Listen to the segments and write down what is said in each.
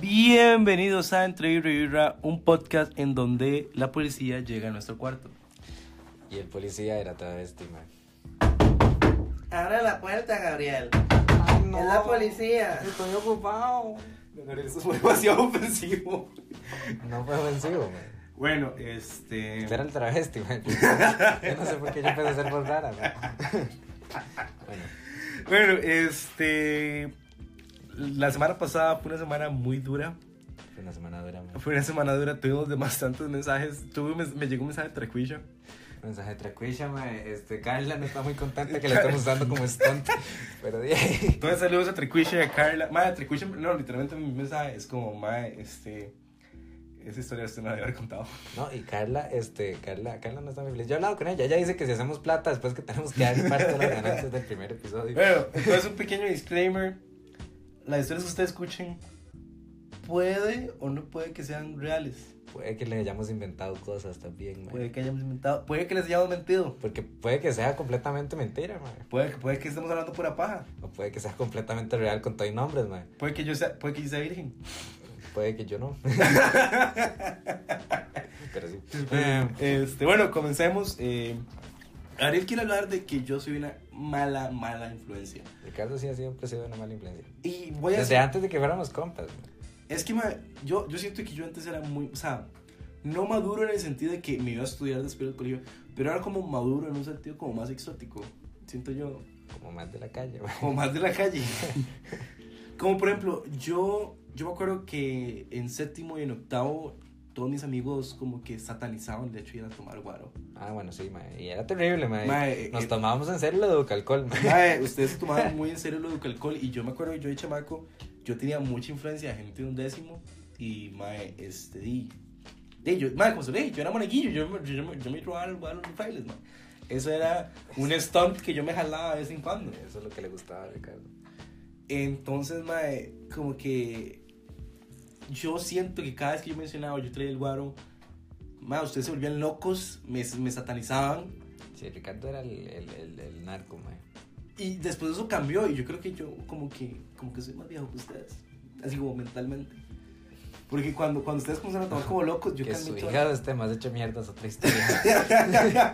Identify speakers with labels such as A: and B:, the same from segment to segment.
A: Bienvenidos a Entre Vibra y Vibra, un podcast en donde la policía llega a nuestro cuarto.
B: Y el policía era travesti, man.
C: Abre la puerta, Gabriel.
B: Ay,
C: Es la policía.
B: Estoy ocupado.
A: Eso fue demasiado ofensivo.
B: No fue ofensivo, man.
A: Bueno, este.
B: Era el travesti, man. Yo no sé por qué yo empecé a ser por rara, man. Bueno,
A: Bueno, este. La semana pasada fue una semana muy dura.
B: fue una semana dura, man.
A: Fue una semana dura, tuvimos demasiados mensajes. Tuve, un mes- me, llegó un mensaje de Trecuilla.
B: Mensaje tracuilla, man. Este, Carla no está muy contenta que la estamos usando como stunt. Pero de ahí.
A: Entonces, saludos a Trecuilla y a Carla. Madre, Trecuilla, no, literalmente mi mensaje es como, madre, este. Esa historia usted no la debe haber contado.
B: No, y Carla, este, Carla, Carla no está muy feliz. Yo he hablado con ella, ella dice que si hacemos plata después que tenemos que dar parte de las ganancias del primer episodio.
A: Bueno, entonces un pequeño disclaimer. Las historias que ustedes escuchen puede o no puede que sean reales.
B: Puede que le hayamos inventado cosas también, man.
A: Puede que hayamos inventado, puede que les hayamos mentido.
B: Porque puede que sea completamente mentira, man.
A: Puede que, puede que estemos hablando pura paja.
B: O puede que sea completamente real con todo y nombres, man.
A: Puede que yo sea, puede que yo sea virgen.
B: Puede que yo no. Pero sí.
A: Eh, este, bueno, comencemos. Eh, Ariel quiere hablar de que yo soy una mala, mala influencia.
B: Ricardo sí ha sido sido una mala influencia.
A: Y voy a
B: Desde
A: decir-
B: antes de que fuéramos compas, man.
A: Es que ma, yo, yo siento que yo antes era muy, o sea, no maduro en el sentido de que me iba a estudiar después del colegio, pero ahora como maduro en un sentido como más exótico, siento yo,
B: Como más de la calle, man.
A: como más de la calle. como por ejemplo, yo, yo me acuerdo que en séptimo y en octavo todos mis amigos como que satanizaban el hecho de ir a tomar guaro.
B: Ah, bueno, sí, man. Y era terrible, man.
A: Mae,
B: Nos
A: eh,
B: tomábamos en serio lo de Ducalcol, man.
A: Mae, ustedes tomaban muy en serio lo de alcohol y yo me acuerdo que yo de chamaco, yo tenía mucha influencia de gente de un décimo y mae, este, di, di, yo, mae, como se lo dije, yo era monaguillo, yo, me- yo, me- yo me robaba los balos los bailes, mae. Eso era un stunt que yo me jalaba de vez en cuando.
B: Eso es lo que le gustaba a Ricardo.
A: Entonces, mae, como que yo siento que cada vez que yo mencionaba, yo traía el guaro, mae, ustedes se volvían locos, me, me satanizaban.
B: Sí, Ricardo era el, el, el, el narco, man.
A: Y después eso cambió y yo creo que yo como que, como que soy más viejo que ustedes, así como mentalmente. Porque cuando, cuando ustedes comenzaron a tomar como locos, yo
B: que
A: cambié
B: su
A: todo.
B: hígado esté más hecho mierda es otra historia.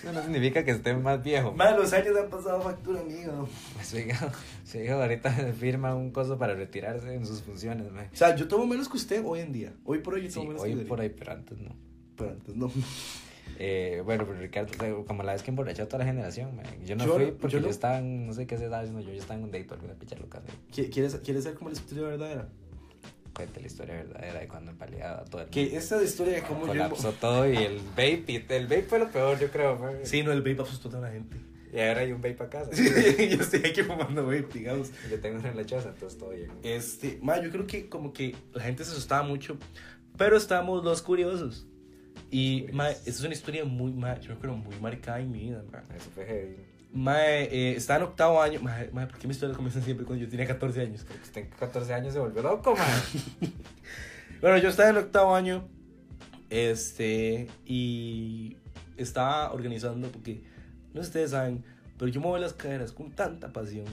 B: Eso no significa que esté más viejo. man.
A: Madre, los años han pasado factura, amigo.
B: Su hígado, su hígado ahorita firma un coso para retirarse en sus funciones, man.
A: O sea, yo tomo menos que usted hoy en día. Hoy por hoy yo
B: Sí,
A: tomo menos
B: hoy
A: que usted.
B: por hoy, pero antes no.
A: Pero antes no.
B: Eh, bueno, pero Ricardo, o sea, como la vez que emborrachó a toda la generación, man. Yo no
A: Yo-
B: fui porque
A: yo
B: yo,
A: no-
B: estaba en, no sé qué edad, no, yo, yo estaba en un date o alguna picha loca, ¿sí?
A: ¿Qui- ¿Quieres, ¿Quieres ser como la historia verdadera?
B: Cuente la historia verdadera de cuando empaleaba a todo el
A: Que esta es la historia de cómo yo... em-
B: colapsó todo y el vape, y el vape fue lo peor, yo creo, man.
A: Sí, no, el vape asustó a toda la gente.
B: Y ahora hay un vape a casa.
A: yo estoy aquí fumando vape, digamos.
B: Yo tengo una lechosa, entonces todo bien.
A: Este, ma, yo creo que como que la gente se asustaba mucho, pero estábamos los curiosos. Y, ma, esta es una historia muy, ma, yo creo muy marcada en mi vida, ma.
B: Eso fue heavy.
A: Ma, eh, estaba en octavo año, ma, ma, ¿por qué mis historias comienzan siempre cuando yo tenía 14 años?
B: Porque usted en 14 años se volvió loco, man.
A: Bueno, yo estaba en octavo año, este, y estaba organizando, porque, no sé si ustedes saben, pero yo muevo las caderas con tanta pasión.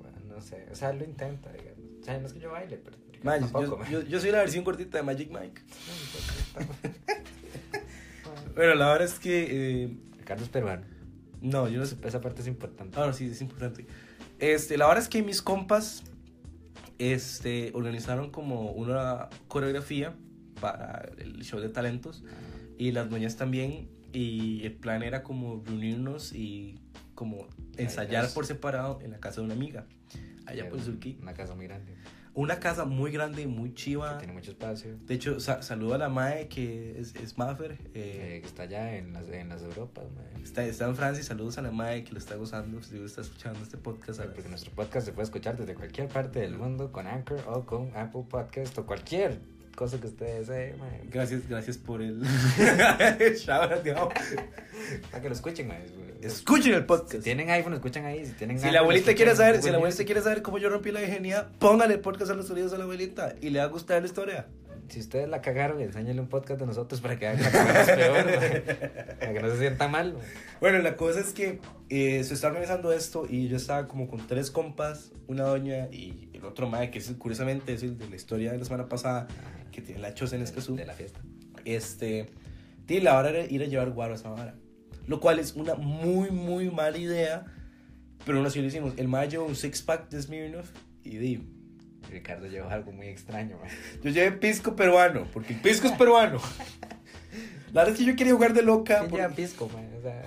B: Bueno, no sé, o sea, lo intenta, digamos. O sea, no es que yo baile, pero
A: Ma, yo-
B: tampoco, pues,
A: yo-
B: man.
A: yo- yo soy la versión cortita de Magic Mike. Bueno, la verdad es que... eh,
B: Ricardo es peruano.
A: no, yo no sé.
B: Esa parte es importante.
A: Ah, no, sí, es importante. Este, la verdad es que mis compas este, organizaron como una coreografía para el show de talentos y las doñas también. Y el plan era como reunirnos y como ensayar
B: Bailar.
A: por separado en la casa de una amiga, allá por
B: Pero
A: Surquí.
B: Una casa muy grande. que
A: Una casa muy grande, muy chiva.
B: tiene mucho espacio.
A: De hecho, sa- saludo a la Mae que es, es Maffer. eh,
B: Que que está allá en las, en las Europas, man.
A: Está, está en Francia y saludos a la madre que lo está gozando. Si está escuchando este podcast, a las-
B: Porque nuestro podcast se puede escuchar desde cualquier parte del mundo con Anchor o con Apple Podcast o cualquier cosa que usted desee, man.
A: gracias, gracias por el. Shout out, digamos.
B: Para Ah, que lo escuchen, man.
A: Escuchen el
B: Si
A: podcast.
B: tienen iPhone, escuchan ahí. Si, tienen
A: Si
B: Android,
A: la abuelita quiere
B: escuchan
A: saber,
B: Google
A: si la abuelita
B: Music.
A: quiere saber cómo yo rompí la virginidad, póngale el podcast a los oídos a la abuelita y le va a gustar la historia.
B: si ustedes la cagaron, enséñenle un podcast de nosotros para que hagan la cagada peor, mae, para que no se sienta mal. mae.
A: Bueno, la cosa es que eh, se está organizando esto y yo estaba como con tres compas, una doña y el otro mae, que es curiosamente es el de la historia de la semana pasada,
B: Ajá.
A: que tiene la choza en Escazú.
B: Ah, De la fiesta.
A: Este, y la hora era ir a llevar guaro a esa vara. Lo cual es una muy, muy mala idea, pero aún así lo hicimos. El mae llevó un six-pack de Smirnoff y di,
B: Ricardo llevó algo muy extraño, mae.
A: yo llevé pisco peruano, porque el pisco es peruano. La verdad es que yo quería jugar de loca.
B: Sí,
A: porque-
B: lleva pisco, mae, O sea,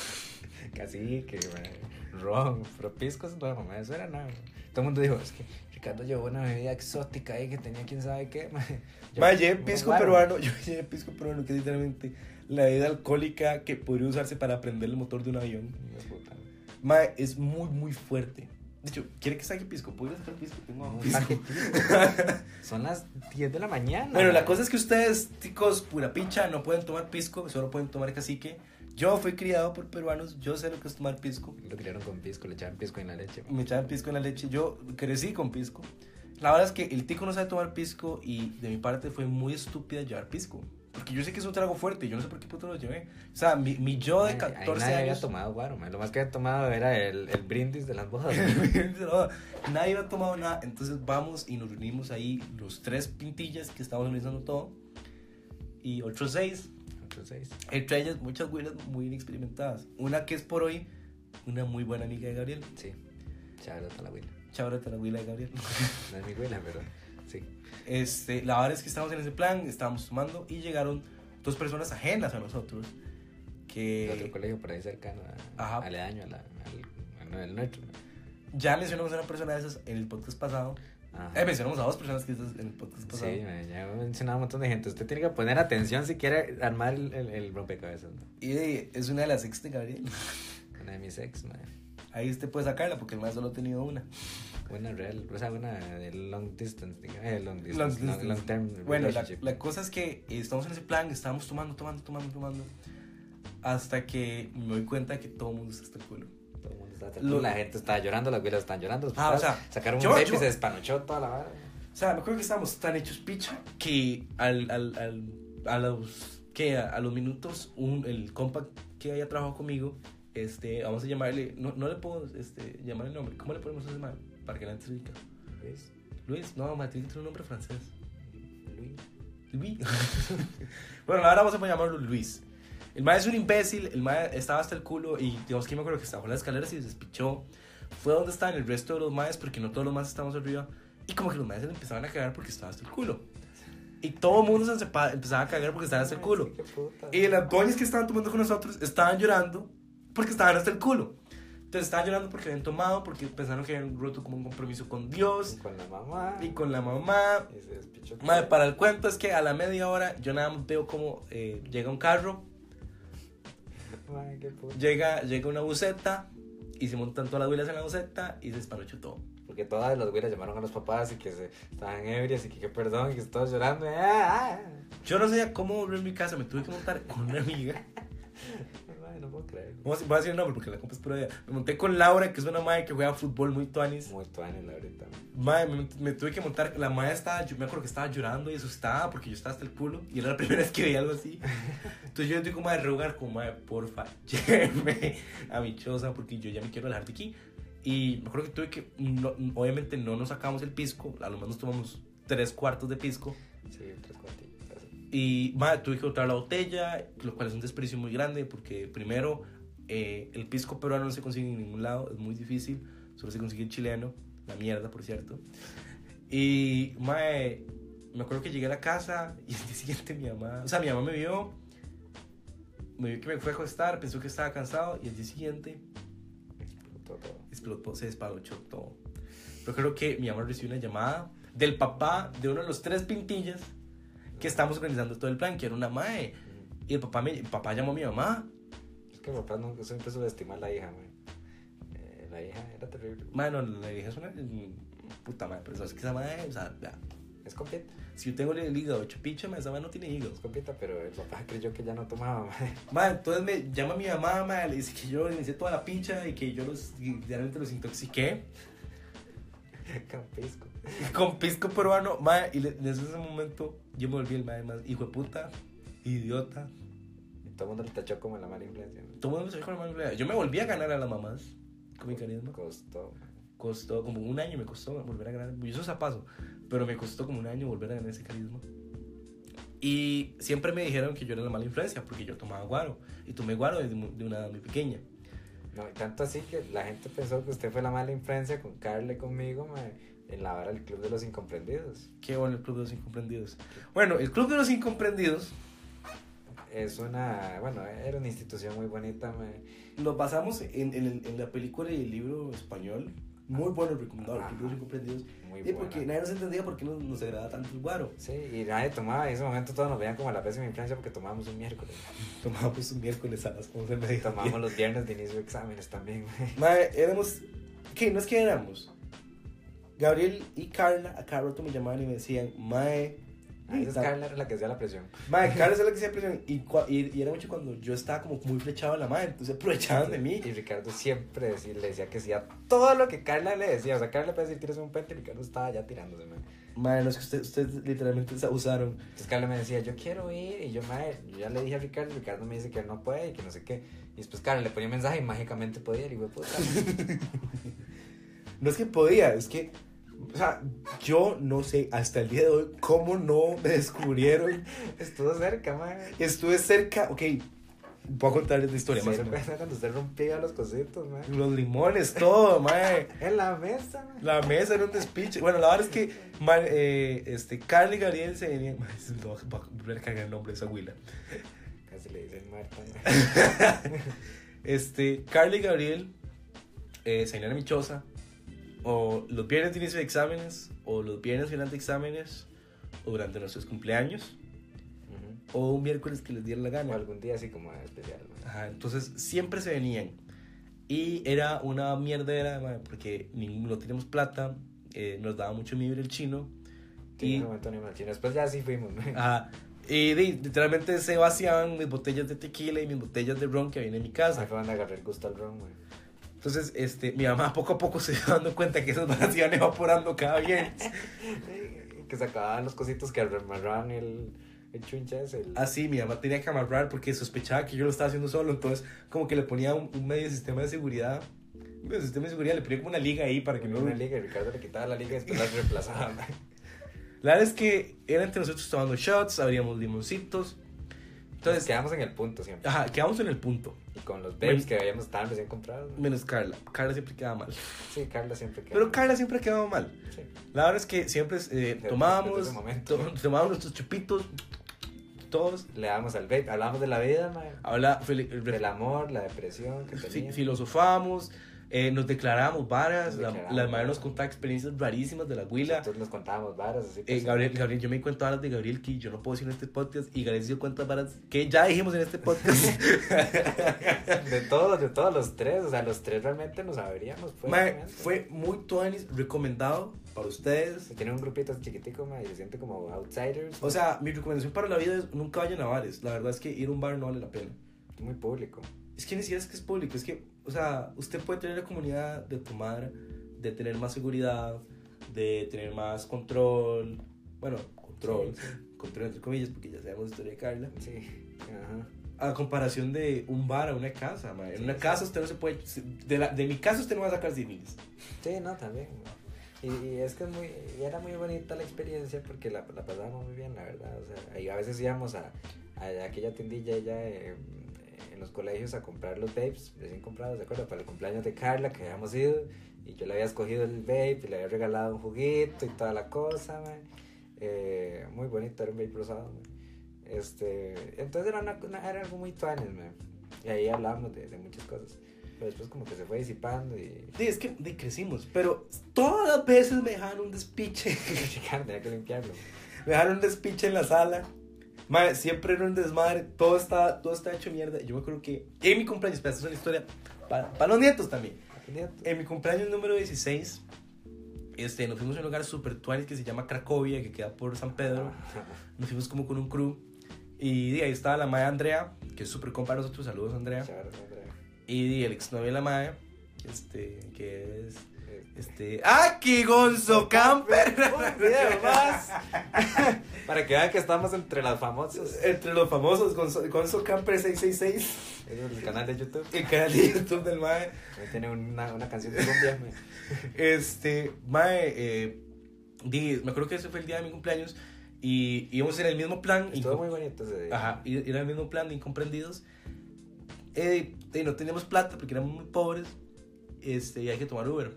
B: cacique, mae, Ron, pero pisco es nuevo, mae, Eso era nada. mae. Todo el mundo dijo, es que Ricardo llevó una bebida exótica ahí que tenía quién sabe qué, mae. Yo-
A: Mae, llevé
B: muy
A: pisco
B: raro,
A: peruano, yo llevé pisco peruano, que es literalmente la bebida alcohólica que podría usarse para prender el motor de un avión.
B: mae. Hijo de puta, mae.
A: Mae, es muy, muy fuerte. De hecho, ¿quiere que saque pisco? ¿Puedo ir a sacar pisco? Tengo
B: Un
A: agua.
B: paquetito. Son las 10 de la mañana.
A: Bueno, la cosa es que ustedes, chicos, pura picha, no pueden tomar pisco, solo pueden tomar cacique. Yo fui criado por peruanos, yo sé lo que es tomar pisco.
B: Lo criaron con pisco, le echaban pisco en la leche. mae.
A: Me echaban pisco en la leche, yo crecí con pisco. La verdad es que el tico no sabe tomar pisco y de mi parte fue muy estúpida llevar pisco. Porque yo sé que es un trago fuerte, yo no sé por qué puto lo llevé. O sea, mi, mi yo de
B: Mae, ahí
A: 14
B: nadie había
A: años...
B: tomado guaro, mae. Lo más que había tomado era el, el brindis de las bodas. mae.
A: No, nadie había tomado nada, entonces vamos y nos reunimos ahí los tres pintillas que estábamos organizando todo. Y otros seis,
B: Entonces,
A: Entre ellas muchas güeras muy inexperimentadas. Una que es por hoy una muy buena amiga de Gabriel.
B: sí. Chaval, hasta la huila.
A: Chabrata la güila de Gabriel.
B: No es mi huila, pero sí.
A: Este, la verdad es que estábamos en ese plan, estábamos tomando y llegaron dos personas ajenas a nosotros.
B: de otro
A: Que
B: colegio por ahí cercano, a-
A: Eh, Ajá.
B: aledaño a la- al, al- no, el nuestro.
A: ya mencionamos a una persona de esas en el podcast pasado.
B: Ajá.
A: Eh, pues, mencionamos a dos personas que esas en el podcast
B: sí,
A: pasado.
B: me- ya he mencionado un montón de gente. Usted tiene que poner atención si quiere armar el, el, el rompecabezas. ¿no?
A: Y eh, es una de las ex de Gabriel.
B: Una de mis ex, man.
A: Ahí usted puede sacarla porque el más solo ha tenido una.
B: Una real, o sea, una de long distance, digamos. eh, long distance,
A: Long
B: long,
A: distance.
B: long term
A: Bueno, la,
B: relationship.
A: la cosa es que estamos en ese plan, estábamos tomando, tomando, tomando, tomando. Hasta que me doy cuenta que todo el mundo está hasta el culo.
B: Todo el mundo está
A: lo-
B: tratando- la gente está llorando, las güilas están llorando. los
A: Ah, o
B: papás
A: sea,
B: sacaron un
A: yo-
B: vape
A: yo-
B: y se despanochó toda la vara.
A: O sea, me acuerdo que estábamos tan hechos picha que al, al, al- a los que a, a los minutos un, el compa que había trabajado conmigo, este, vamos a llamarle, no, no le puedo este, llamar el nombre, ¿cómo le podemos hacer mal? Para que la gente se ubique.
B: Luis,
A: Luis, no, Matilde tiene un nombre francés.
B: Luis.
A: Luis. bueno, ahora vamos a llamarlo Luis. El mae es un imbécil, el mae estaba hasta el culo y digamos que me acuerdo que se bajó las escaleras y se despichó. Fue donde estaban el resto de los maes porque no todos los maes estábamos arriba. Y como que los maes se le empezaban a cagar porque estaba hasta el culo. Y todo el mundo se empepa- empezaba a cagar porque estaba hasta el culo.
B: Ay, sí, qué puta.
A: Y las doñas que estaban tomando con nosotros estaban llorando porque estaban hasta el culo. Entonces estaban llorando porque habían tomado, porque pensaron que habían roto como un compromiso con Dios
B: Con la mamá.
A: y con la mamá.
B: y se despichó.
A: Madre, para el cuento es que a la media hora yo nada más veo como eh, llega un carro,
B: Ay, qué puta.
A: llega, llega una buceta y se montan todas las huilas en la buceta y se desparochó todo.
B: Porque todas las güeras llamaron a los papás y que se estaban ebrias y que, que perdón y que estaban llorando. Ah, ah.
A: Yo no sabía cómo volver a mi casa, me tuve que montar con una amiga.
B: Ay, no puedo creerlo.
A: Voy a decir- voy a decir el nombre porque la compa es pura idea. Me monté con Laura, que es una madre que juega fútbol muy tuanis.
B: Muy tuane la ahorita. man.
A: Madre, me, me tuve que montar. La madre estaba, yo me acuerdo que estaba llorando y asustada porque yo estaba hasta el culo y era la primera vez que veía algo así. Entonces yo le estoy como a rogar, como, madre, porfa, lléveme a mi choza porque yo ya me quiero alejar de aquí. Y me acuerdo que tuve que, no- obviamente no nos sacamos el pisco, a lo menos tomamos tres cuartos de pisco.
B: Sí, tres cuartillos. así.
A: Y madre, tuve que botar la botella, lo cual es un desperdicio muy grande porque primero eh, el pisco peruano no se consigue en ningún lado, es muy difícil, solo se consigue el chileno, la mierda por cierto. Y madre, me acuerdo que llegué a la casa y el día siguiente mi mamá, o sea, mi mamá me vio, me vio que me fue a acostar, pensó que estaba cansado y el día siguiente
B: Todo, todo.
A: explotó, se desparochó todo. Pero creo que mi mamá recibió una llamada del papá de uno de los tres pintillas que estamos organizando todo el plan, que era una mae.
B: Ujú.
A: Y el papá, me, el papá llamó a mi mamá.
B: Es que papá nunca siempre subestima a la hija, man. Eh, la hija era terrible.
A: Mano, le dije, es una mm, puta madre, pero es que esa madre, o sea, vea,
B: Es compita,
A: si yo tengo el hígado hecho picha, mae, esa madre no tiene hígado.
B: es compita, pero el papá creyó que ya no tomaba, man.
A: Mae, entonces me llama mi mamá, mae, le dice que yo le hice toda la picha y que yo los, y realmente los intoxiqué.
B: Campisco.
A: con pisco peruano, mae, y le- desde ese momento yo me volví el mae más hijo de puta, idiota.
B: Y todo el mundo le tachó como la mala influencia. ¿no?
A: Todo el mundo se dijo la mano Yo me volví a ganar a las mamás con mi carisma.
B: Costó.
A: Costó como un año, me costó volver a ganar. Y eso es a paso, pero me costó como un año volver a ganar ese carisma. Y siempre me dijeron que yo era la mala influencia porque yo tomaba guaro. Y tomé guaro desde mu- de una edad muy pequeña.
B: No, y tanto así que la gente pensó que usted fue la mala influencia con Carle conmigo mae, en la vara del Club de los Incomprendidos.
A: Qué bueno el Club de los Incomprendidos. Bueno, el Club de los Incomprendidos
B: Es una, bueno, era una institución muy bonita. mae.
A: lo basamos en, en el- en la película y el libro español. Muy bueno, recomendado, el Club de los
B: Ajá.
A: Incomprendidos.
B: muy
A: Y
B: buena.
A: porque nadie nos entendía por qué nos, nos agradaba tanto el guaro.
B: Sí, y nadie tomaba. En ese momento todos nos veían como la pésima influencia porque tomábamos un miércoles.
A: Tomábamos un miércoles a las 11 de
B: Y
A: mediodía.
B: tomábamos los viernes de inicio de exámenes también. mae.
A: Mae, éramos. ¿Qué? No es que éramos. Gabriel y Carla, a cada rato me llamaban y me decían, Mae.
B: A veces
A: tal-
B: Carla era la que hacía la presión.
A: Mae, Carla es la que se presión. Y, cua- y, y era mucho cuando yo estaba como muy flechado en la madre, entonces aprovechaban de mí.
B: Y Ricardo siempre decía- le decía que sí a todo lo que Carla le decía. O sea, Carla le puede decir, tienes un pente y Ricardo estaba ya tirándose, mae.
A: Mae, no es que usted- ustedes literalmente se abusaron.
B: Entonces Carla me decía, yo quiero ir. Y yo, madre, yo ya le dije a Ricardo, Ricardo me dice que él no puede y que no sé qué. Y después Carla le ponía mensaje y mágicamente podía ir. Y güey, puta.
A: No es que podía, es que. O sea, yo no sé hasta el día de hoy cómo no me descubrieron.
B: Estuvo cerca, madre.
A: Estuve cerca. Ok, voy a contarles la historia más o menos.
B: cuando usted rompía los cositos, madre.
A: Los limones, todo, mae.
B: En la mesa, madre.
A: La mesa era un despiche. Bueno, la verdad es que man, eh, este, Carly Gabriel se venía. Man, es- no, va a volver a cargar el nombre de esa huila.
B: Casi le dicen Marta. mae.
A: Este, Carly Gabriel eh, se venía a mi choza. O los viernes de inicio de exámenes, o los viernes final de exámenes, o durante nuestros cumpleaños,
B: Ujú.
A: o un miércoles que les diera la
B: O
A: gana.
B: algún día así como especial, madre.
A: Ajá, entonces siempre se venían. Y era una mierdera, man, porque ning- no teníamos plata, eh, nos daba mucho miedo el chino.
B: Y en ese momento ni me imagino. Después ya sí fuimos, madre.
A: Ajá. Y di- literalmente se vaciaban mis botellas de tequila y mis botellas de ron que había en mi
B: Ahí
A: casa.
B: fue donde agarré el gusto al ron, madre.
A: Entonces, este, mi mamá poco a poco se iba dando cuenta que esas balas iban evaporando cada viernes.
B: Que se acababan los cositos que remarraban el, el chuncha ese, el-
A: Así, mi mamá tenía que amarrar porque sospechaba que yo lo estaba haciendo solo. Entonces, como que le ponía un, un medio sistema de seguridad. Un medio sistema de seguridad, le ponía como una liga ahí para que no...
B: una liga y Ricardo le quitaba la liga y después la reemplazaba. mae.
A: La verdad es que era entre nosotros tomando shots, abríamos limoncitos. Entonces,
B: Entonces
A: ah,
B: quedamos en el punto siempre.
A: ajá, quedamos en el punto.
B: Y con los babes que habíamos tan recién comprados. mae.
A: Menos Carla. Carla siempre quedaba mal.
B: Sí, Carla siempre quedó.
A: Pero Carla siempre quedaba mal.
B: Sí.
A: La verdad es que siempre eh,
B: Desde-
A: tomábamos,
B: desde ese momento.
A: to- tomábamos nuestros chupitos, todos.
B: Le dábamos al babe, hablábamos de la vida, mae,
A: Habla, fel-
B: del amor, la depresión que
A: fi-
B: tenía.
A: filosofamos, eh, nos declarábamos varas,
B: Nos
A: la,
B: declarábamos
A: la madre
B: varas.
A: nos contaba experiencias rarísimas de la huila.
B: Nosotros nos contábamos varas así.
A: Eh,
B: pues,
A: Gabriel, Gabriel, yo me di cuenta varas de Gabriel que yo no puedo decir en este podcast y Gabriel se dio cuenta varas que ya dijimos en este podcast.
B: De todos, de todos los tres. O sea, los tres realmente nos sabríamos. Pues,
A: Mae,
B: realmente.
A: fue muy tuanis, recomendado para ustedes.
B: Se tiene un grupito así chiquitico, mae, y se siente como outsiders.
A: O sea, mi recomendación para la vida es nunca vayan a bares. La verdad es que ir a un bar no vale la pena.
B: muy público.
A: Es que ni siquiera es que es público, es que, o sea, usted puede tener la comunidad de tomar, de tener más seguridad, de tener más control, bueno, control, control entre comillas, porque ya sabemos la historia de Carla,
B: Sí. Ajá.
A: a comparación de un bar a una casa, mae. en
B: Sí,
A: una
B: sí.
A: casa usted no se puede, de, la- de mi casa usted no va a sacar civiles.
B: Sí, no, también. Y, y es que es muy, y era muy bonita la experiencia porque la, la pasábamos muy bien, la verdad. O sea, ahí a veces íbamos a, a aquella tiendilla allá eh, en los colegios a comprar los vapes recién comprados, ¿de acuerdo? Para el cumpleaños de Carla que habíamos ido y yo le había escogido el vape y le había regalado un juguito y toda la cosa, mae. Eh, muy bonito, era un vape rosado, mae. Este, entonces era, una- una- era algo muy tuanes, mae. Y ahí hablábamos de, de muchas cosas. Pero después como que se fue disipando y
A: Sí, es que de, crecimos, pero todas las veces me dejaron un despiche,
B: Ricardo tenía que limpiarlo.
A: me dejaron un despiche en la sala. Mae, siempre era un desmadre, todo está, todo está hecho mierda. Yo me acuerdo que en mi cumpleaños, espera, esta es una historia para, para los nietos también. En mi cumpleaños número 16, este, nos fuimos a un lugar super tuanis que se llama Cracovia, que queda por San
B: Ah.
A: Pedro. Nos fuimos como con un crew. Y de ahí estaba la madre Andrea, que es súper compa de nosotros. Saludos, Andrea.
B: Chavales, Andrea.
A: Y de el exnovio de la madre, este, que es Este. ¡Aquí, Gonzo Camper!
B: Un video más. Para que vean que estamos entre las famosas.
A: Entre los famosos, Gonzo, Gonzo Camper 666.
B: El canal de YouTube.
A: El canal de YouTube del MAE.
B: Ahí tiene una, una canción de cumbia. mae.
A: Este, mae, eh, di- me acuerdo que ese fue el día de mi cumpleaños y íbamos en el mismo plan.
B: Estuvo
A: incom-
B: muy bonito ese día.
A: Ajá, i- era el mismo plan de incomprendidos. Eh, y no teníamos plata porque éramos muy pobres. Este, y hay que tomar Uber.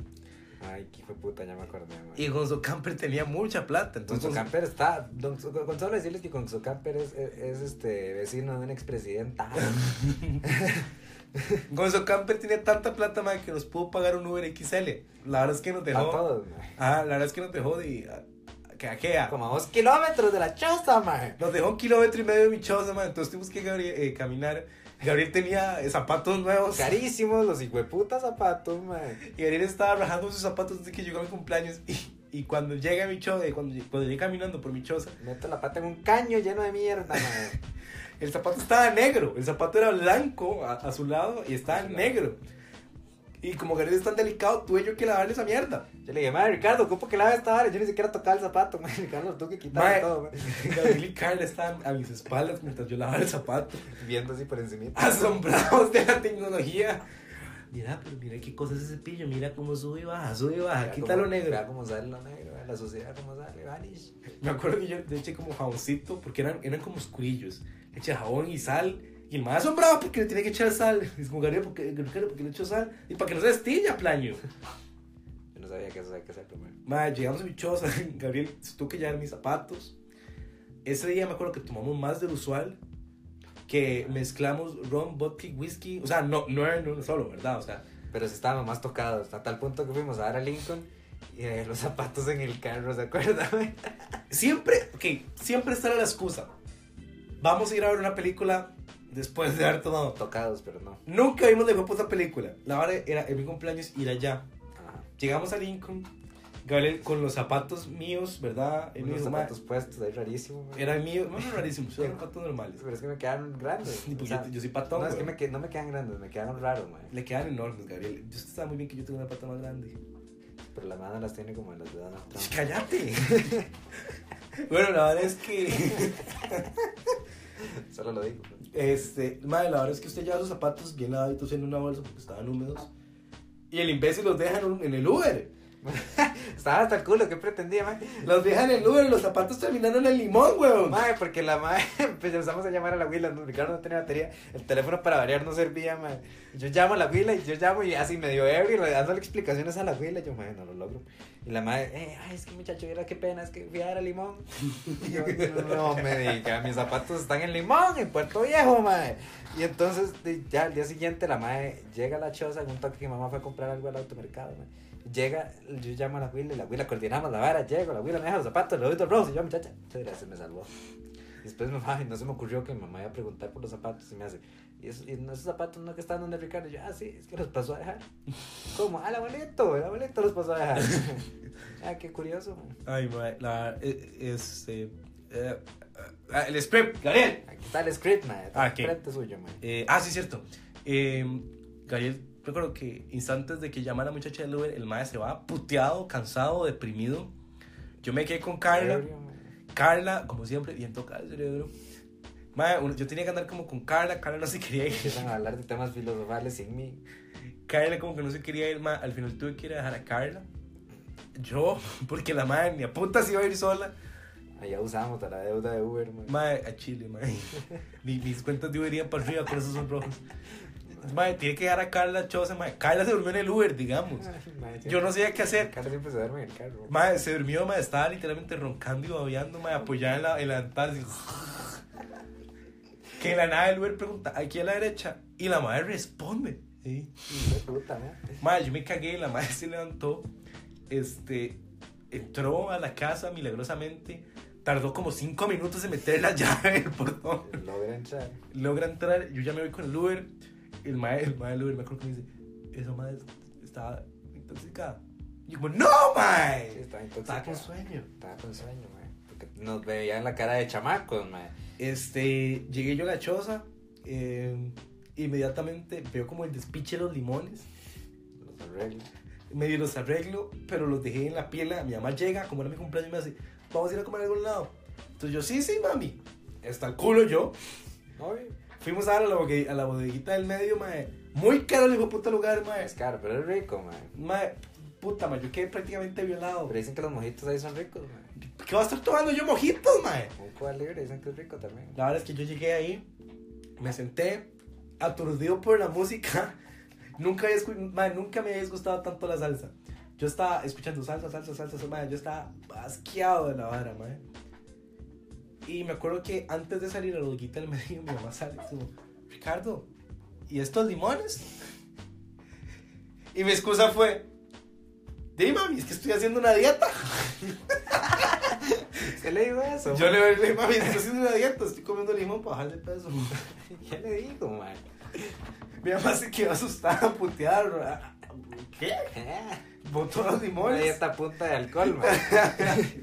B: Ay, qué hijo de puta, ya me acordé. mae.
A: Y Gonzo Camper tenía mucha plata,
B: Con su
A: entonces.
B: camper está. don- con, con solo decirles que con su camper es, es, es, este vecino de un expresidente.
A: Gonzo Camper tenía tanta plata, mae, que nos pudo pagar un Uber XL. La verdad es que nos
B: A
A: dejó.
B: todos, mae.
A: Ah, la verdad es que nos dejó de. Que a, que a-
B: Como a dos kilómetros de la choza, mae.
A: Nos dejó un kilómetro y medio de mi choza, man. Entonces tuvimos que Gabriel- eh, caminar. Gabriel tenía eh, zapatos nuevos.
B: Carísimos los hijueputas zapatos, mae.
A: Y Gabriel estaba rajando sus zapatos desde que llegó mi cumpleaños. Y, y cuando llega mi choza, eh, cuando, cuando llegué caminando por mi choza,
B: Meto la pata en un caño lleno de mierda, mae.
A: el zapato estaba negro. El zapato era blanco a, a su lado y estaba
B: Claro.
A: negro. Y como Gabriel es tan delicado, tuve yo que lavarle esa mierda.
B: Yo le dije, madre, Ricardo, ¿cómo que lave esta vara? Yo ni siquiera tocaba el zapato, madre. Ricardo lo tuvo que quitar
A: Mae.
B: y todo, mae.
A: Gabriel y Carla estaban a mis espaldas mientras yo lavaba el zapato.
B: Viendo así por encima.
A: Ah, asombrados de la tecnología. Mira, pero mira qué cosa es ese cepillo, mira cómo sube y baja, sube y baja, quita lo negro.
B: Vea cómo sale lo negro, vea la suciedad cómo sale, vanish.
A: Me acuerdo que yo le eché como jaboncito, porque eran, eran como oscurillos. Le eché jabón y sal, y el más asombrado porque le tiene que echar sal. Es como Gabriel, porque, Gabriel, porque le echó sal, y para que no se destilla, plaño.
B: Yo no sabía que eso había que hacerlo, mae.
A: Ma, llegamos a mi choza, Gabriel se tuvo que llevar mis zapatos. Ese día me acuerdo que tomamos más del usual, que mezclamos ron, vodka y whisky. O sea, no, no era en uno solo, ¿verdad? O sea,
B: Pero sí estábamos más tocados, hasta tal punto que fuimos a dar a Lincoln y dejé los zapatos en el carro, ¿se acuerdan? mae?
A: Siempre, ok, siempre estará la excusa. Vamos a ir a ver una película después de haber tomado.
B: Tocados, pero no.
A: Nunca vimos de puta película. La vara era en mi cumpleaños ir allá.
B: Ajá.
A: Llegamos a Lincoln, Gabriel con los zapatos míos, ¿verdad? Él me
B: Unos
A: dijo, "Ma,
B: zapatos puestos, ahí rarísimo, mae.
A: Eran míos, no, no rarísimos, eran zapatos normales.
B: Pero es que me quedaron grandes.
A: Y
B: o
A: pues
B: sea,
A: yo, yo soy patón.
B: no, es que
A: güey.
B: me qued- no me quedan grandes, me quedaron raros, mae.
A: Le quedan enormes, Gabriel. Usted sabe muy bien que yo tengo una pata más grande.
B: Pero las manos las tiene como en las de Donald Trump.
A: ¡Cállate! bueno, la verdad es que.
B: Solo lo digo. mae.
A: Este, madre, la verdad es que usted lleva sus zapatos bien lavaditos en una bolsa porque estaban húmedos. Y el imbécil los deja en, un- en el Uber.
B: Estaba hasta el culo, ¿qué pretendía, mae?
A: Los deja en el Uber, los zapatos terminaron en el limón, weón.
B: Mae, porque la mae, pues, empezamos a llamar a la Willa, no, Ricardo no tenía batería, el teléfono para variar no servía, mae. Yo llamo a la Willa y yo llamo y así medio ebrio, le- dándole explicaciones a la Willa, yo, mae, no lo logro. Y la mae, eh, ay, es que muchacho, viera qué pena, es que fui a dar a Limón. Y yo, no, no me diga, mis zapatos están en Limón, en Puerto Viejo, mae. Y entonces, de- ya al día siguiente, la mae llega a la choza, en un toque que mi mamá fue a comprar algo al automercado, mae. Llega, yo llamo a la Willa y la Willa coordinamos la vara, llego, la Willa me deja los zapatos, le doy dos rojos y yo, muchacha, muchas gracias, me salvó. Después me mamá, no se me ocurrió que mi mamá iba a preguntar por los zapatos y me hace, ¿y esos, y esos zapatos no que están donde Ricardo? Y yo, ah, sí, es que los pasó a dejar. ¿Cómo? Ah, el abuelito, el abuelito los pasó a dejar. ah, qué curioso. man.
A: Ay, madre, la eh, este. eh, ah, el spray, Gabriel.
B: Aquí está el script, man. Está
A: Ah,
B: enfrente
A: ¿qué?
B: suyo, man.
A: Eh, ah, sí, cierto. Eh, Gabriel, recuerdo que instantes de que llama a la muchacha del Uber, el madre se va puteado, cansado, deprimido. Yo me quedé con Carla.
B: Ebrio, man.
A: Carla, como siempre, bien tocada el cerebro. Mae, uno- yo tenía que andar como con Carla, Carla no se quería ir.
B: Empiezan a hablar de temas filosofales sin mí.
A: Carla como que no se quería ir, mae. Al final tuve que ir a dejar a Carla. Yo, porque la madre ni a puta se iba a ir sola.
B: Allá usamos la deuda de Uber, man.
A: Mae, a Chile, mae. Mi- mis cuentas de Uber iban para arriba, por eso son rojos. Mae, tiene que dejar a Carla chosa, mae. Carla se durmió en el Uber, digamos.
B: Ay, man,
A: Yo no sabía qué hacer.
B: Carlos siempre se duerme en el carro.
A: Mae, se durmió, mae, estaba literalmente roncando y babeando, mae, apoyada en la, en la ventana, así. Que de la nada el Uber pregunta, aquí a la derecha, y la madre responde. ¿sí?
B: Hijo de puta, man.
A: Mae, yo me cagué, la madre se levantó, este, entró a la casa milagrosamente, tardó como cinco minutos en meter la llave en el portón,
B: Logra entrar.
A: logra entrar, yo ya me voy con el Uber, el mae, el mae del Uber me acuerdo que me dice, esa madre estaba intoxicada. Y yo como, no,
B: Sí,
A: mae,
B: estaba
A: estaba con
B: intoxicado.
A: sueño.
B: Estaba con sueño, man. Porque nos veían la cara de chamacos, man.
A: Este, llegué yo a la choza, em, eh, inmediatamente veo como el despiche de los limones,
B: Los arreglos.
A: medio los arreglo, pero los dejé en la piela. Mi mamá llega, como era mi cumpleaños, y me dice, vamos a ir a comer a algún lado. Entonces yo, sí, sí, mami. Está el culo yo.
B: Obvio.
A: Fuimos ahora a la, bogue- a la bodeguita del medio, mae. Muy caro el hijo de puta lugar, mae.
B: Es caro, pero es rico, man.
A: Mae, puta, mae, yo quedé prácticamente violado.
B: Pero dicen que los mojitos ahí son ricos, man.
A: ¿Qué va a estar tomando yo mojitos, mae?
B: Un cuba libre, dicen que es rico también.
A: La verdad es que yo llegué ahí, me senté, aturdido por la música. Nunca, había escu- mae, nunca me había disgustado tanto la salsa. Yo estaba escuchando salsa, salsa, salsa, salsa, mae, yo estaba asqueado de la vara, mae. Y me acuerdo que antes de salir a la bodeguita del medio, mi mamá sale y dijo, Ricardo, ¿y estos limones? Y mi excusa fue, dime, mami, es que estoy haciendo una dieta.
B: ¿Qué le digo eso?
A: Yo
B: man?
A: le dije, mami, estoy haciendo una dieta, estoy comiendo limón para bajar de peso.
B: ¿Qué le digo, man?
A: Mi mamá se quedó asustada, puteada. Ah, ¿Qué? Botó los
B: Una
A: limones.
B: dieta a punta de alcohol, man.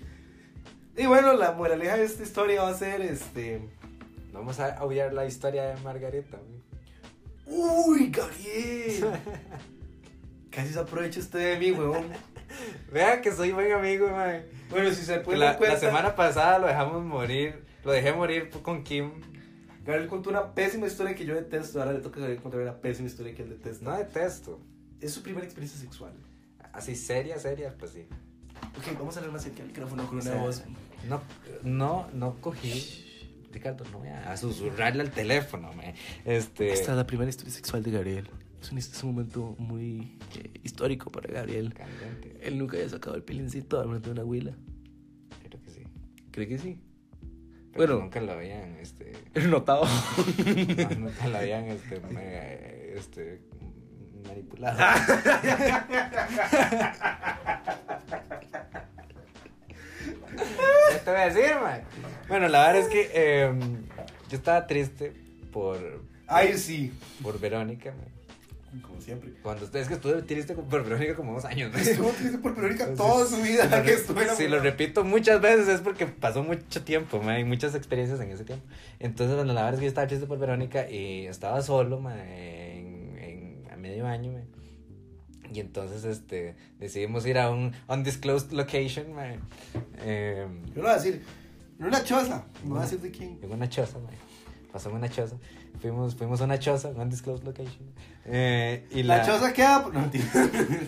A: Y bueno, la moraleja de esta historia va a ser este.
B: Vamos a obviar la historia de Margarita, man.
A: ¡Uy, Gabriel! Casi se aprovecha usted de mí, huevón.
B: Vea que soy buen amigo, man.
A: Bueno, si se
B: Que
A: puede
B: La, la semana pasada lo dejamos morir. Lo dejé morir con Kim.
A: Gabriel contó una pésima historia que yo detesto. Ahora le toca a Gabriel contar una pésima historia que él
B: Pues No
A: detesta.
B: detesto.
A: Es su primera experiencia sexual.
B: Así seria, seria, pues sí.
A: Ok, vamos a hablar más cerca al micrófono con
B: O
A: una
B: sea,
A: voz.
B: No, no, no cogí. Ricardo, no voy a a susurrarle al teléfono, man. Este.
A: Esta es la primera historia sexual de Gabriel. Es un, es un momento muy eh, histórico para Gabriel.
B: Caliente,
A: Él nunca había sacado el pelincito delante de una huila.
B: creo que sí.
A: ¿Cree que sí?
B: Pero
A: Bueno.
B: nunca lo habían, este.
A: Notado.
B: no, Ah, nunca lo habían, este. me- este manipulado. ¿Qué te voy a decir, man? Bueno, la verdad es que eh, yo estaba triste por,
A: Ay, sí.
B: por Verónica, man.
A: Como siempre.
B: Cuando es que estuve triste por Verónica como dos años. man.
A: Estuvo triste por Verónica toda su vida. que estuve
B: Si lo
A: enamorado.
B: repito muchas veces es porque pasó mucho tiempo, ma, y muchas experiencias en ese tiempo. Entonces, bueno, la verdad es que yo estaba triste por Verónica y estaba solo, ma, en, en- a medio año, ma. Y entonces, este, decidimos ir a un undisclosed location, ma, eh,
A: Yo no voy a decir. No una choza. No voy a decir de quién.
B: en una choza, ma. Pasamos una choza. Fuimos, fuimos a una choza, un undisclosed location. Eh, y
A: La,
B: la,
A: choza queda. por- No, mentira.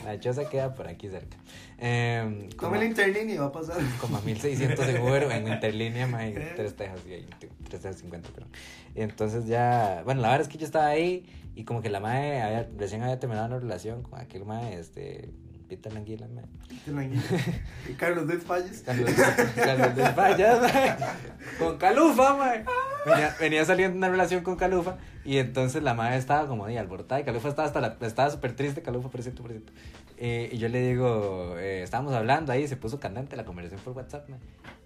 B: la choza queda por aquí cerca. Eh,
A: Tome
B: como-
A: el interlínea y va a pasar.
B: como a 1600 de Uber en Interlínea, ma, y tres tejas, y ahí, t- tres tejas 50, perdón. Y entonces ya, bueno, la verdad es que yo estaba ahí y como que la madre había- recién había terminado una relación con aquel madre, este, Peter Languila, ma.
A: Carlos Luis Falles.
B: Carlos, Carlos Luis Vallas, ma, con Calufa, ma. Venía, venía saliendo una relación con Calufa y entonces la madre estaba como ahí alborotada y Calufa estaba hasta la- estaba súper triste, Calufa, por cierto, por cierto. Eh, y yo le digo, eh, estábamos hablando ahí, se puso candente la conversación por WhatsApp, ma.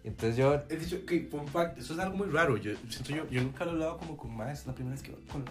B: Entonces yo
A: He dicho que, fun fact, eso es algo muy raro. Yo, siento yo, yo nunca lo he hablado como con maes, es la primera vez que voy a con-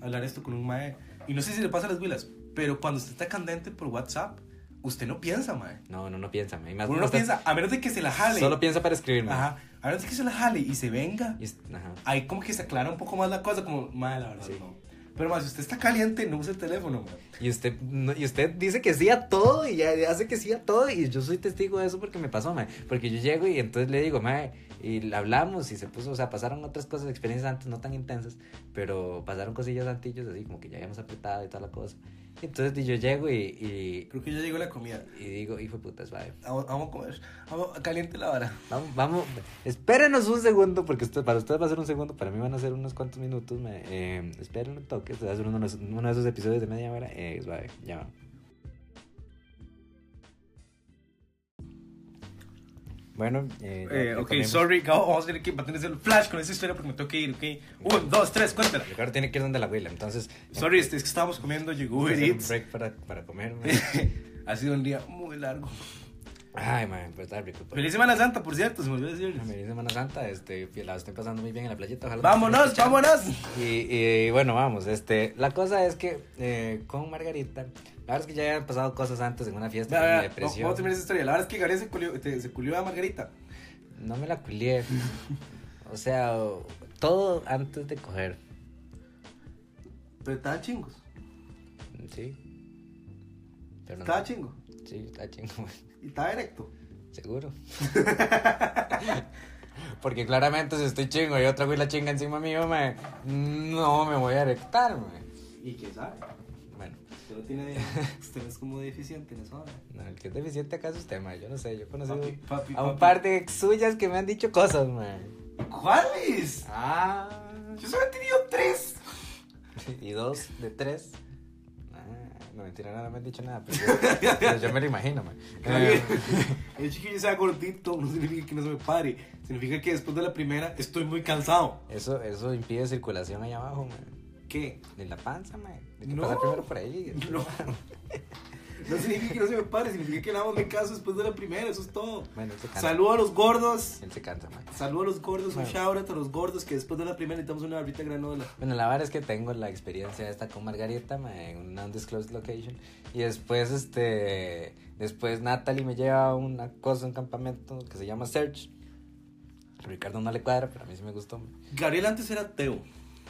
A: hablar esto con un mae. Y no sé si le pasa a las huilas, pero cuando usted está candente por WhatsApp, usted no piensa, mae.
B: No, no, no piensa, ma. Y más-
A: Uno
B: o
A: no
B: sea,
A: piensa, a menos de que se la jale.
B: Solo piensa para escribirme.
A: Ajá, a menos de que se la jale y se venga.
B: Ajá.
A: Ahí como que se aclara un poco más la cosa, como, mae, la verdad,
B: Sí. Eh,
A: no. Pero más, si usted está caliente, no usa el teléfono, mae.
B: Y usted, no- y usted dice que sí a todo y ya hace que sí a todo. Y yo soy testigo de eso porque me pasó, ma. Porque yo llego y entonces le digo, ma, y le hablamos y se puso, o sea, pasaron otras cosas, experiencias antes no tan intensas, pero pasaron cosillas antillos así, como que ya habíamos apretado y toda la cosa. Y entonces y yo llego y,
A: Creo que ya llegó la comida.
B: y, y digo, hijo de puta, suave.
A: Vamos, vamos a comer. Vamos, caliente la vara.
B: Vamos, vamos, espérenos un segundo, porque esto- para ustedes va a ser un segundo, para mí van a ser unos cuantos minutos. Me, eh, esperen un toque, esto va a ser uno, de los- uno de esos episodios de media hora. Eh, suave, ya va. Bueno, eh, ya-
A: Eh,
B: ya
A: ok,
B: comimos.
A: sorry, Gabo, vamos a tener que va a tener que hacer el flash con esa historia porque me tengo que ir, ok. Un, dos, tres, cuéntala.
B: Ricardo tiene que ir donde la abuela, entonces.
A: Sorry, este, es que estábamos comiendo, llegó
B: vamos a
A: Uber
B: hacer un
A: Eats.
B: break para, para comer. man.
A: ha sido un día muy largo.
B: Ay, man, pues está rico. pues.
A: Feliz Semana Santa, por cierto, se me olvidó decirles.
B: Feliz Semana Santa, este, la estoy pasando muy bien en la playita. ojalá-
A: ¡Vámonos, vámonos!
B: Y, y, bueno, vamos, este, la cosa es que eh, con Margarita, la verdad es que ya habían pasado cosas antes en una fiesta,
A: Vea,
B: me
A: vea, no,
B: depresión.
A: Vamos a terminar esa historia. La verdad es que Gabriel se culió, te- se culió a Margarita.
B: No me la culié. o sea, todo antes de coger.
A: Pero estaban chingos.
B: Sí. Pero no-
D: Estaba chingo.
B: Sí, está chingón.
D: Y estaba erecto.
B: Seguro. Porque claramente si estoy chingo y otra güey la chinga encima mío, me... no me voy a erectar, me.
D: Y quién sabe.
B: Bueno,
D: Usted no tiene.
B: este
D: Usted no es como deficiente en eso.
B: no, el que es deficiente acá es usted, ma. Yo no sé, yo he conocido
D: Papi, papi,
B: a un
D: papi.
B: par de ex suyas que me han dicho cosas, ma.
D: ¿Cuáles?
B: Ah,
D: Yo solo he tenido tres.
B: y dos de tres. Ah, no, mentira, nada, no me han dicho nada, pero yo, pero yo me lo imagino, ma. Eh,
D: El chiquillo sea gordito no significa que no se me pare. Significa que después de la primera estoy muy cansado.
B: eso, eso impide circulación allá abajo, ma.
D: ¿Qué?
B: De la panza, ma. Hay que
D: No.
B: pasar primero por ahí.
D: No. No significa que no se me pare, significa que nada más me caso después de la primera, eso es todo.
B: Bueno, él se cansa.
D: Saludo a los gordos.
B: Él se cansa, ma.
D: Saludo a los gordos, un
B: Bueno.
D: shout out a los gordos que después de la primera necesitamos una barrita granola.
B: Bueno, la verdad es que tengo la experiencia esta con Margarita ma, en una undisclosed location. Y después, este. Después Natalie me lleva a una cosa, un campamento que se llama Search. A Ricardo no le cuadra, pero a mí sí me gustó. ma.
A: Gabriel antes era ateo.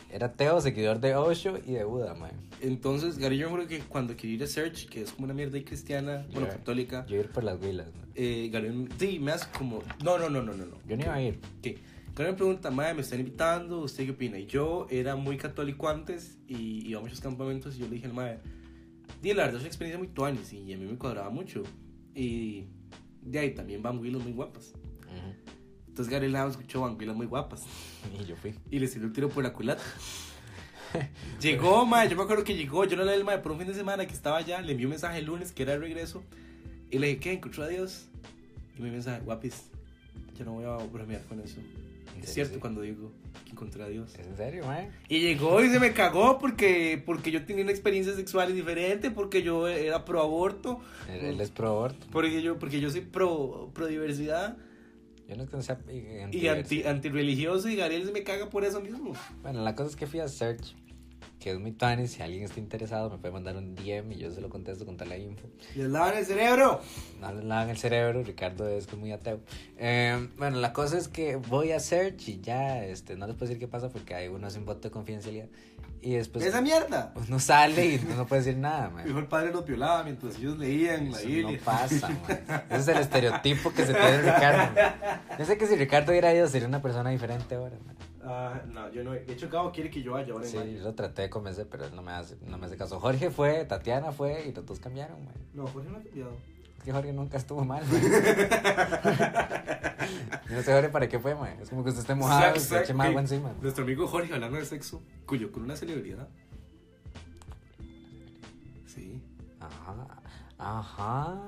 B: Era ateo, seguidor de Osho y de Buda, ma.
A: Entonces, Gabriel, yo me acuerdo que cuando quería ir a Search, que es como una mierda ahí cristiana, bueno,
B: Yo-
A: católica,
B: Yo ir por las huilas, ma.
A: eh, Gabriel, sí, me hace como, no, no, no, no, no, no.
B: Yo no iba a ir.
A: que Gabriel me pregunta, madre, me están invitando, ¿usted qué opina? Y yo era muy católico antes y iba a muchos campamentos y yo le dije al madre, dile la verdad, es una experiencia muy tuanis y a mí me cuadraba mucho. Y de ahí también van güilas muy guapas.
B: Ujú.
A: Entonces Gabriel nada más escuchó van güilas muy guapas
B: Y yo fui.
A: y le sirvió el tiro por la culata. llegó, madre, yo me acuerdo que llegó, yo no le hablé al madre por un fin de semana que estaba allá, le envié un mensaje el lunes que era el regreso y le dije, ¿qué? ¿Encontró a Dios? Y me mensaje, guapis, yo no voy a bromear con eso. Es cierto
B: Sí.
A: cuando digo que encontré a Dios.
B: ¿Es en serio, ma?
A: Y llegó y se me cagó porque, porque yo tenía una experiencia sexual diferente, porque yo era pro aborto,
B: Él, él es pro aborto.
A: porque yo, porque yo soy pro, pro diversidad
B: Yo no conocía.
A: y anti, antirreligioso y Gabriel se me caga por eso mismo.
B: Bueno, la cosa es que fui a Search, que es muy tuanis. Si alguien está interesado, me puede mandar un DM y yo se lo contesto con toda la info.
D: Les lavan el cerebro.
B: No le lavan el cerebro, Ricardo es que es muy ateo. Eh, bueno, la cosa es que voy a Search y ya, este, no les puedo decir qué pasa porque hay uno hace un voto de confidencialidad. Y después
D: ¡Esa mierda!
B: uno sale y no puede decir nada, man.
D: Mejor padre los violaba mientras ellos leían la
B: Eso
D: Biblia.
B: no pasa, man. Ese es el estereotipo que se tiene de Ricardo. man. Yo sé que si Ricardo hubiera ido sería una persona diferente ahora, man.
D: Ah, no, yo no. De hecho, Gabo quiere que yo vaya ahora en
B: Sí,
D: mayo.
B: yo lo traté de convencer, pero él no me hace, no me hace caso. Jorge fue, Tatiana fue y los dos cambiaron, güey.
D: No, Jorge no ha cambiado.
B: Es que Jorge nunca estuvo mal, güey. Yo no sé, Jorge, para qué fue, güey. Es como que usted esté mojado y se eche más agua encima. güey.
A: Nuestro amigo Jorge hablando de sexo, cuyo con una celebridad. Sí.
B: Ajá, ajá.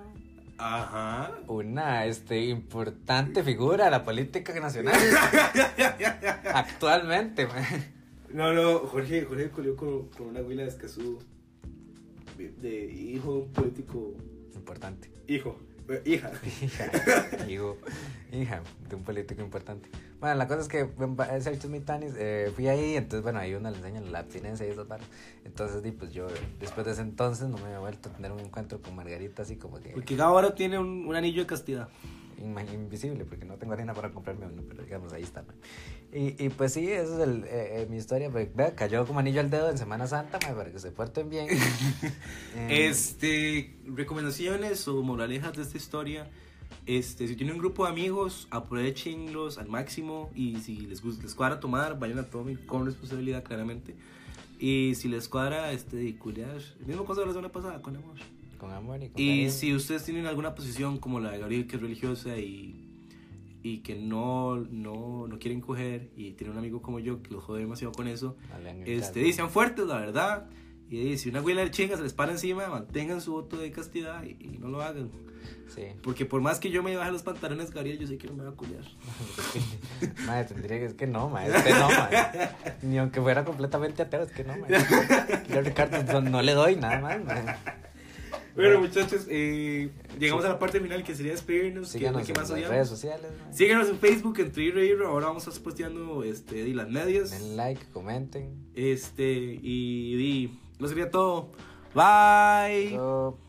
A: Ajá.
B: Una, este, importante figura de la política nacional. Actualmente, güey.
A: No, no, Jorge, Jorge colió con, con una huila de Escazú. De, de hijo de un político.
B: Importante.
A: Hijo. eh, Hija.
B: Hija, hijo, hija de un político importante. Bueno, la cosa es que ese Archie Mitanis, eh, fui ahí, entonces, bueno, ahí uno le enseña la abstinencia y esas varas. Entonces, di, pues yo, después de ese entonces, no me he vuelto a tener un encuentro con Margarita así como que
D: Porque Gabo ahora tiene un, un anillo de castidad.
B: inma- invisible, porque no tengo arena para comprarme uno, pero digamos, ahí está. ma. Y, y pues sí, esa es el, eh, eh, mi historia. Pues, vea, cayó como anillo al dedo en Semana Santa, ma, para que se porten bien. Eh,
A: Este, recomendaciones o moralejas de esta historia. Este, si tienen un grupo de amigos, aprovechenlos al máximo y si les gusta, les cuadra tomar, vayan a tomar con responsabilidad claramente. Y si les cuadra, este, culiar, mismo cosa de la semana pasada, con amor.
B: Con amor y con
A: Y
B: cariño.
A: si ustedes tienen alguna posición como la de Gabriel, que es religiosa y, y que no, no, no quieren coger, y tiene un amigo como yo que lo jode demasiado con eso,
B: No le hagan el
A: este,
B: caso.
A: y sean fuertes, la verdad. Y eh, si una güey de chinga se les para encima, mantengan su voto de castidad y, y no lo hagan.
B: Sí.
A: Porque por más que yo me baje los pantalones, Gabriel, yo sé que no me va a culiar.
B: Madre, tendría que, es que no, madre, es que no, madre. Ni aunque fuera completamente ateo, es que no, madre. Yo a Ricardo pues, no, no le doy nada más, madre.
A: Pues, Bueno, muchachos, eh, llegamos a la parte final que sería despedirnos. que es lo
B: Síganos
A: que
B: en
A: más
B: las
A: odiamos.
B: redes sociales, madre.
A: Síganos en Facebook, en Twitter. y Ahora vamos a estar posteando este, y las medias.
B: Den like, comenten.
A: Este, y, y lo sería todo. Bye.
B: Yo-